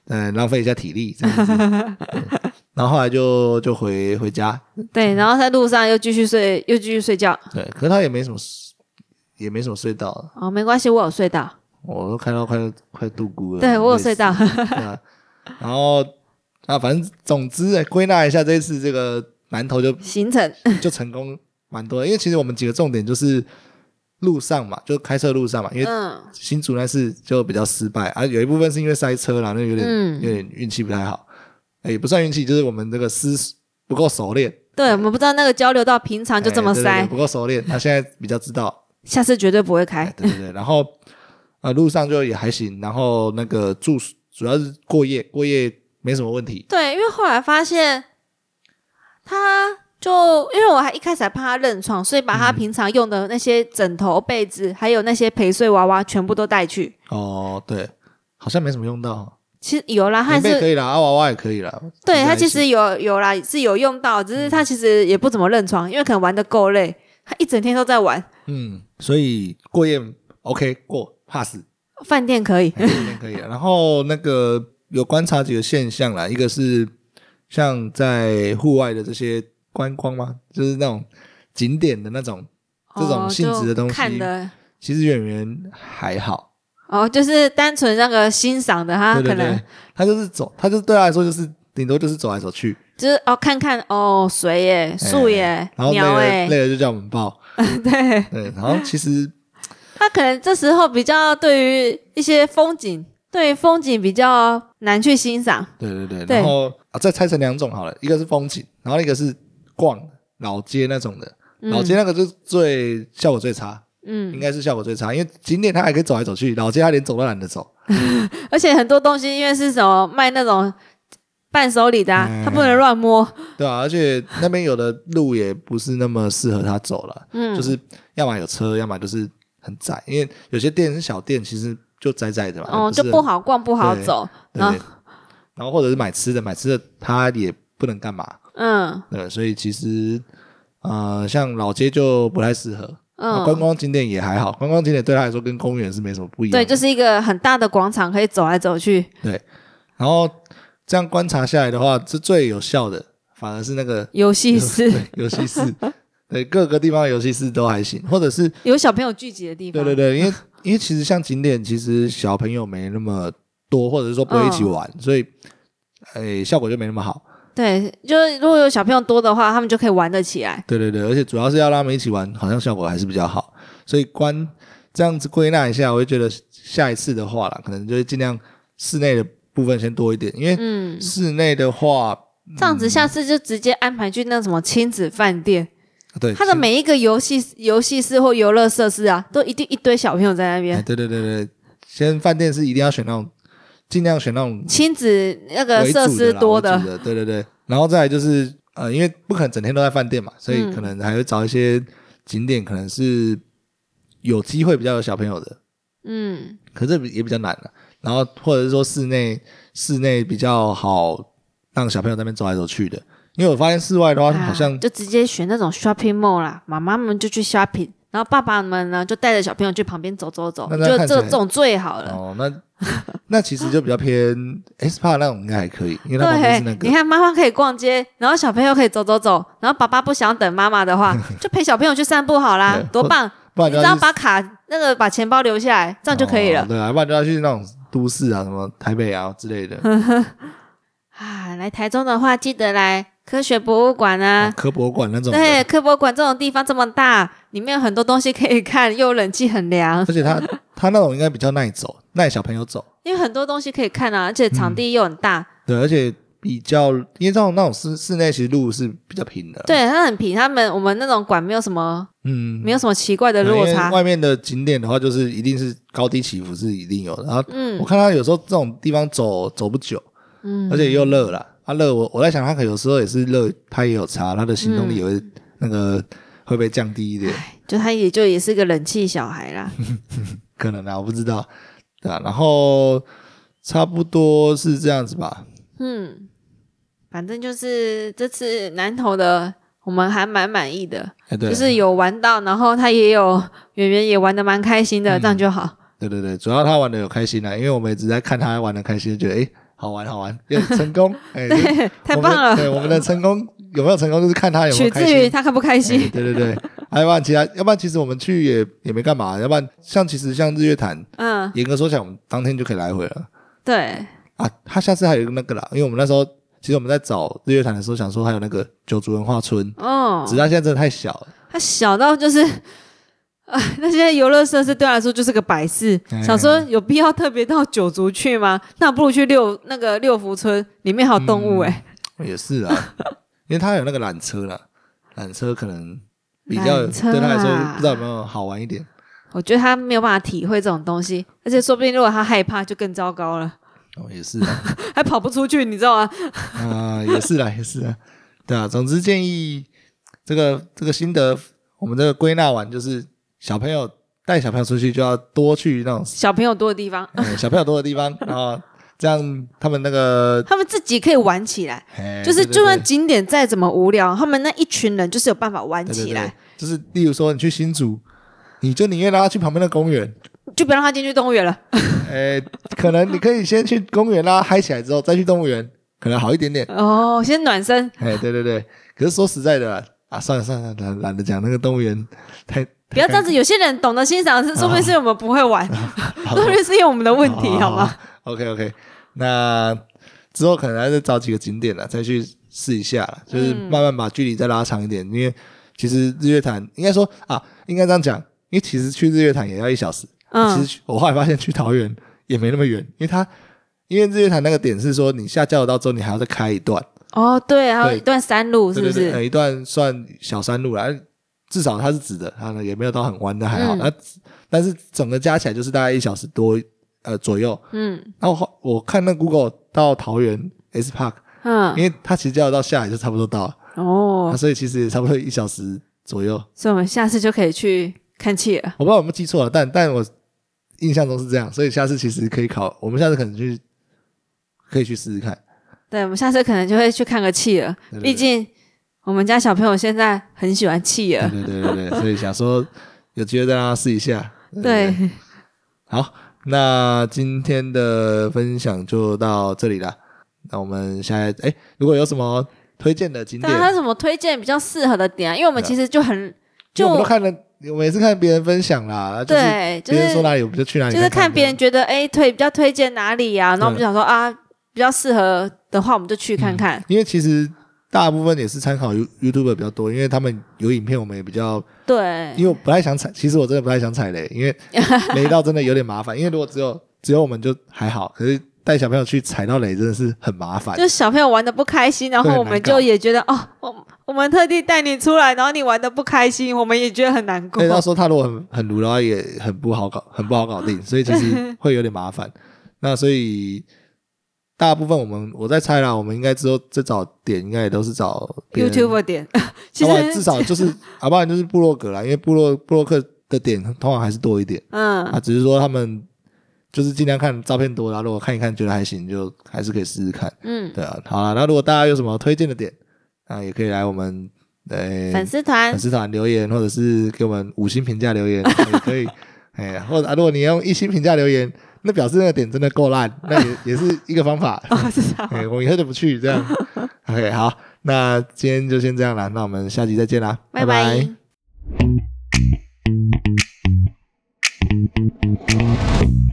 S1: 嗯浪费一下体力这样子。
S2: [laughs]
S1: 对然后后来就就回回家，
S2: 对，然后在路上又继续睡，又继续睡觉，
S1: 对，可是他也没什么也没什么隧道了，
S2: 哦，没关系，我有睡到，
S1: 我都看到快快度孤了。
S2: 对我有
S1: 累死
S2: 睡到，
S1: 对啊然后啊，反正总之哎归纳一下，这一次这个南投就
S2: 行程，
S1: 就成功蛮多的，因为其实我们几个重点就是路上嘛，就开车路上嘛，因为
S2: 嗯
S1: 新竹那次就比较失败啊，有一部分是因为塞车啦，那有点、
S2: 嗯
S1: 有点运气不太好，哎，也不算运气，就是我们这个思不够熟练，
S2: 对，我们不知道那个交流道平常啊就这么
S1: 哎对对对
S2: 塞，
S1: 不够熟练，他现在比较知
S2: [laughs]
S1: 道，
S2: 下次绝对不会开
S1: 哎，，对对对，然后呃路上就也还行，然后那个住宿主要是过夜，过夜没什么问题，
S2: 对，因为后来发现他就因为我还一开始还怕他认床，所以把
S1: 嗯
S2: 他平常用的那些枕头、被子，还有那些陪睡娃娃全部都带去。
S1: 哦，对，好像没什么用到，
S2: 其实有啦，他还
S1: 棉被可
S2: 是
S1: 以啦，啊娃娃也可以啦，
S2: 对他
S1: 还
S2: 其
S1: 行
S2: 实有有啦，是有用到，只
S1: 嗯
S2: 是他其实也不怎么认床，因为可能玩的够累，他一整天都在玩。
S1: 嗯，所以过夜 OK 过 pass
S2: 饭店可以，
S1: 哎这边可以了。然后那个有观察几个现象啦，一个是像在户外的这些观光嘛，就是那种景点的那种，这种
S2: 哦
S1: 性质的
S2: 就
S1: 东西
S2: 看的
S1: 其实演员还好，
S2: 哦，就是单纯那个欣赏的，他
S1: 对
S2: 啊可
S1: 对
S2: 能
S1: 对，他就是走，他就是对他来说就是顶多就是走来走去，
S2: 就是哦看看哦水耶、树耶、
S1: 哎然后累
S2: 鸟欸
S1: 了
S2: [laughs] 耶，
S1: 累了就叫我们抱，
S2: 对。
S1: 对，然后其实
S2: 他可能这时候比较对于一些风景，对于风景比较难去欣赏。
S1: 对对对，
S2: 对
S1: 然后啊再拆成两种好了，一个是风景，然后一个是逛老街那种的，老街那个就是最效果最差，应
S2: 嗯，
S1: 该是效果最差，因为景点它还可以走来走去，老街它连走都懒得走。
S2: 而且很多东西因为是什么卖那种伴手礼的、啊，
S1: 嗯
S2: 他不能乱摸。
S1: 对啊，而且那边有的路也不是那么适合他走了，
S2: 嗯，
S1: 就是要么有车，要么就是很窄，因为有些店是小店，其实就窄窄的嘛，
S2: 哦，
S1: 是
S2: 就不好逛，不好
S1: 对
S2: 走。
S1: 对
S2: 啊
S1: 然后或者是买吃的，买吃的他也不能干嘛，
S2: 嗯
S1: 对，所以其实呃，像老街就不太适合。那观
S2: 嗯，
S1: 光景点也还好，观光景点对他来说跟公园是没什么不一样的。
S2: 对，就是一个很大的广场，可以走来走去。
S1: 然后这样观察下来的话，是最有效的，反而是那个
S2: 游戏
S1: [laughs]
S2: 室
S1: 对游戏室，对各个地方的游戏室都还行，或者是
S2: [laughs] 有小朋友聚集的地
S1: 对
S2: 方。
S1: 对
S2: 对，
S1: 对，因为因为其实像景点，其实小朋友没那么多，或者是说不会一起玩，
S2: 嗯
S1: 所以诶、效果就没那么好。
S2: 就是如果有小朋友多的话，他们就可以玩得起来。
S1: 对对对，而且主要是要让他们一起玩，好像效果还是比较好。所以观这样子归纳一下，我会觉得下一次的话啦，可能就是尽量室内的部分先多一点，因为
S2: 嗯，
S1: 室内的话，
S2: 这样
S1: 嗯
S2: 子下次就直接安排去那什么亲子饭店。
S1: 对
S2: 它的每一个游戏游戏室或游乐设施啊，都一定一堆小朋友在那
S1: 哎，
S2: 边。
S1: 对对对对，先饭店是一定要选那种，尽量选那种
S2: 亲子那个
S1: 为主
S2: 设施
S1: 啦
S2: 多
S1: 为主
S2: 的，
S1: 的，对对对。然后再来就是呃，因为不可能整天都在饭店嘛，所以
S2: 嗯
S1: 可能还会找一些景点，可能是有机会比较有小朋友的，
S2: 嗯，
S1: 可是也比较难了、然后或者是说室内室内比较好让小朋友在那边走来走去的，因为我发现室外的话好像、
S2: 啊就直接选那种 shopping mall 啦，妈妈们就去 shopping，然后爸爸们呢就带着小朋友去旁边走走走，
S1: 那这样
S2: 就
S1: 看起
S2: 这
S1: 来
S2: 种最好了。
S1: 哦那。 [laughs] 那其实就比较偏 SPA 那种应该还可以，因为它旁边
S2: 对
S1: 是那，个
S2: 你看妈妈可以逛街，然后
S1: [laughs]
S2: 小朋友可以走走走，然后爸爸不想等妈妈的话，就陪小朋友去散步好啦
S1: 对，
S2: 多棒！
S1: 不然
S2: 你
S1: 就
S2: 只
S1: 要
S2: 要
S1: 去
S2: 把卡那个把钱包留下来，这样就可以了
S1: 哦。对啊，不然就要去那种都市啊，什么台北啊之类的、
S2: [laughs] 啊，来台中的话，记得来科学博物馆
S1: 啊
S2: 啊。
S1: 科博馆那种的。
S2: 对，科博馆这种地方这么大，里面有很多东西可以看，又有冷气
S1: [laughs]
S2: 很凉，
S1: 而且他他那种应该比较耐走，耐小朋友走。
S2: 因为很多东西可以看
S1: 嗯
S2: 啊，而且场地又很大。
S1: 对，而且比较因为这种那种室室内其实路是比较平的。，
S2: 对，它很平，他们我们那种馆没有什么
S1: 嗯，哎
S2: 没有什么奇怪的
S1: 对
S2: 落
S1: 因为
S2: 差。
S1: 外面的景点的话，就是一定是高低起伏是一定有的。然后我
S2: 嗯
S1: 看他有时候这种地方走走不久，
S2: 嗯，
S1: 而且又热啦。他热，我我在想，他可有时候也是热，他也有差，他的行
S2: 嗯
S1: 动力也会那个会不会降低一点？
S2: 就他也就也是个冷气小孩啦。
S1: 可能啊，我不知道，对啊，然后差不多是这样子吧。
S2: 嗯，反正就是这次南投的，我们还蛮满意的，
S1: 哎，对，
S2: 就是有玩到，然后他也有圆圆也玩的蛮开心
S1: 嗯
S2: 的，这样就好。
S1: 对对对，主要他玩的有开心啦、啊因为我们一直在看他玩的开心，就觉得哎、好玩好玩，有成
S2: [laughs]
S1: 功，哎、就
S2: 太
S1: 我们
S2: 棒
S1: 的
S2: 了，
S1: 对，我们的成功有没有成功，就是看他有没
S2: 取
S1: 有开
S2: 自于
S1: 心。
S2: 他开不开
S1: 哎
S2: 心。
S1: 对对对，要不然其他，要不然其实我们去也也没干嘛，要不然像其实像日月潭，
S2: 嗯，
S1: 严格说起来，我们当天就可以来回了
S2: 对，
S1: 啊。他下次还有一个那个啦，因为我们那时候其实我们在找日月潭的时候，想说还有那个九族文化村，
S2: 哦
S1: 只，是它现在真的太小了。
S2: 他小到就是。 [laughs] 啊，那些游乐设施对他来说就是个摆饰，
S1: 哎
S2: 想说有必要特别到九族去吗？那不如去六那个六福村，里面还有动物哎、
S1: 嗯也是啊，因为他有那个缆车啦，缆车可能比较
S2: 缆车啊
S1: 对他来说不知道有没有好玩一点
S2: 我觉得他没有办法体会这种东西，而且说不定如果他害怕就更糟糕了， [laughs]
S1: 哦，也是啊，
S2: 还跑不出去，你知道吗？
S1: 啊、也是啦，也是啊，对啊，总之建议这个这个心得，我们这个归纳完就是小朋友带小朋友出去就要多去那种、
S2: 小朋友多的地方，
S1: 呃小朋友多的地方，然后这样他们那个
S2: 他们自己可以玩起来，
S1: 哎
S2: 就是
S1: 对对
S2: 就算
S1: 对
S2: 景点再怎么无聊，他们那一群人就是有办法玩
S1: 对对
S2: 起
S1: 对
S2: 来，
S1: 就是例如说你去新竹，你就宁愿让他去旁边的公园，
S2: 就不要让他进去动物园了。
S1: 呃，可能你可以先去公园啦，嗨起来之后再去动物园，可能好一点
S2: [laughs]
S1: 点。
S2: 哦，先暖身，
S1: 哎，对对对，可是说实在的啦啊，算了算了，懒懒得讲那个动物园太
S2: 不要这样子。有些人懂得欣赏，是说不定是因为我们不
S1: [laughs]
S2: 会玩，说不定是因为我们的问题，好吗？
S1: ？OK OK，那之后可能还是找几个景点了，再去试一下
S2: 嗯
S1: 啦，就是慢慢把距离再拉长一点，因为其实日月潭应该说啊，应该这样讲，因为其实去日月潭也要一小时，其实
S2: 嗯，
S1: 去我后来发现去桃园也没那么远，因为它因为日月潭那个点是说你下交流道之后，你还要再开一段，
S2: 哦，对，还有
S1: 对
S2: 一段山路，是不
S1: 对对对，
S2: 是？
S1: 呃一段算小山路啦，至少它是直的，它呢也没有到很弯，但还好。
S2: 嗯
S1: 那、但是整个加起来就是大概一小时多呃左右。
S2: 嗯
S1: 然后后我看那 Google 到桃园 S Park，、
S2: 嗯，
S1: 因为它其实交流道下来就差不多到了，啊
S2: 哦，
S1: 所以其实也差不多一小时左右。
S2: 所以我们下次就可以去看企鹅。
S1: 我不知道有没有记错了，但但我印象中是这样，所以下次其实可以考，我们下次可能去可以去试试
S2: [laughs]
S1: 看。
S2: 对，我们下次可能就会去看个企鹅，
S1: 对对对
S2: 毕竟我们家小朋友现在很喜欢企鹅
S1: 对。对对对对，所以想说有机会再让他试一
S2: [laughs]
S1: 下。
S2: 对，
S1: 好，那今天的分享就到这里了。那我们下来，哎，如果有什么推荐的景点
S2: 但，他怎么推荐比较适合的点啊？因为我们
S1: 对啊
S2: 其实就很
S1: 因为
S2: 就
S1: 我们都看了，我们也是看别人分享啦，就是
S2: 对，就
S1: 别人
S2: 是
S1: 说哪里，我们就去哪里。
S2: 就是看
S1: 看
S2: 别人觉得哎推比较推荐哪里呀、啊，然后我们就想说啊比较适合的话，我们就去
S1: 嗯
S2: 看看。
S1: 因为其实大部分也是参考 You YouTube 比较多，因为他们有影片，我们也比较，因
S2: 对，
S1: 为我不太想踩，其实我真的不太想踩雷，因
S2: [laughs]
S1: 为雷到真的有点麻烦。因为如果只有只有我们就还好，可是带小朋友去踩到雷真的是很麻烦。
S2: 就是小朋友玩的不开心，然
S1: 对
S2: 后
S1: 很
S2: 我
S1: 难
S2: 们
S1: 搞
S2: 就也觉得哦，我我们特地带你出来，然后你玩的不开心，我们也觉得很难过
S1: 对，。哎到时候他如果很很鲁的话，也很不好搞，很不好搞定，所以其
S2: [laughs]
S1: 实会有点麻烦。那所以大部分我们我在猜啦，我们应该之后再找点，应该也都是找别人
S2: YouTube 点， [laughs] 其
S1: 好不好？
S2: 实
S1: 至少就是，啊好不好？就是部落格啦，因为部落部落客的点通常还是多一点
S2: 嗯
S1: 啊，只是说他们就是尽量看照片多啦，如果看一看觉得还行，就还是可以试试看。
S2: 嗯，
S1: [laughs] 对啊，好啦，那如果大家有什么推荐的点，啊，也可以来我们呃
S2: 粉丝团
S1: 粉丝团留言，或者是给我们五星评价留言也可以。哎，或者、啊、如果你用一星评价留言，那表示那个点真的够烂，那也也是一个方法。
S2: 哦，是这样。
S1: 哎，我以后就不去
S2: [laughs]
S1: 这样。OK，好，那今天就先这样啦，那我们下集再见啦，
S2: 拜
S1: 拜
S2: 拜
S1: 拜。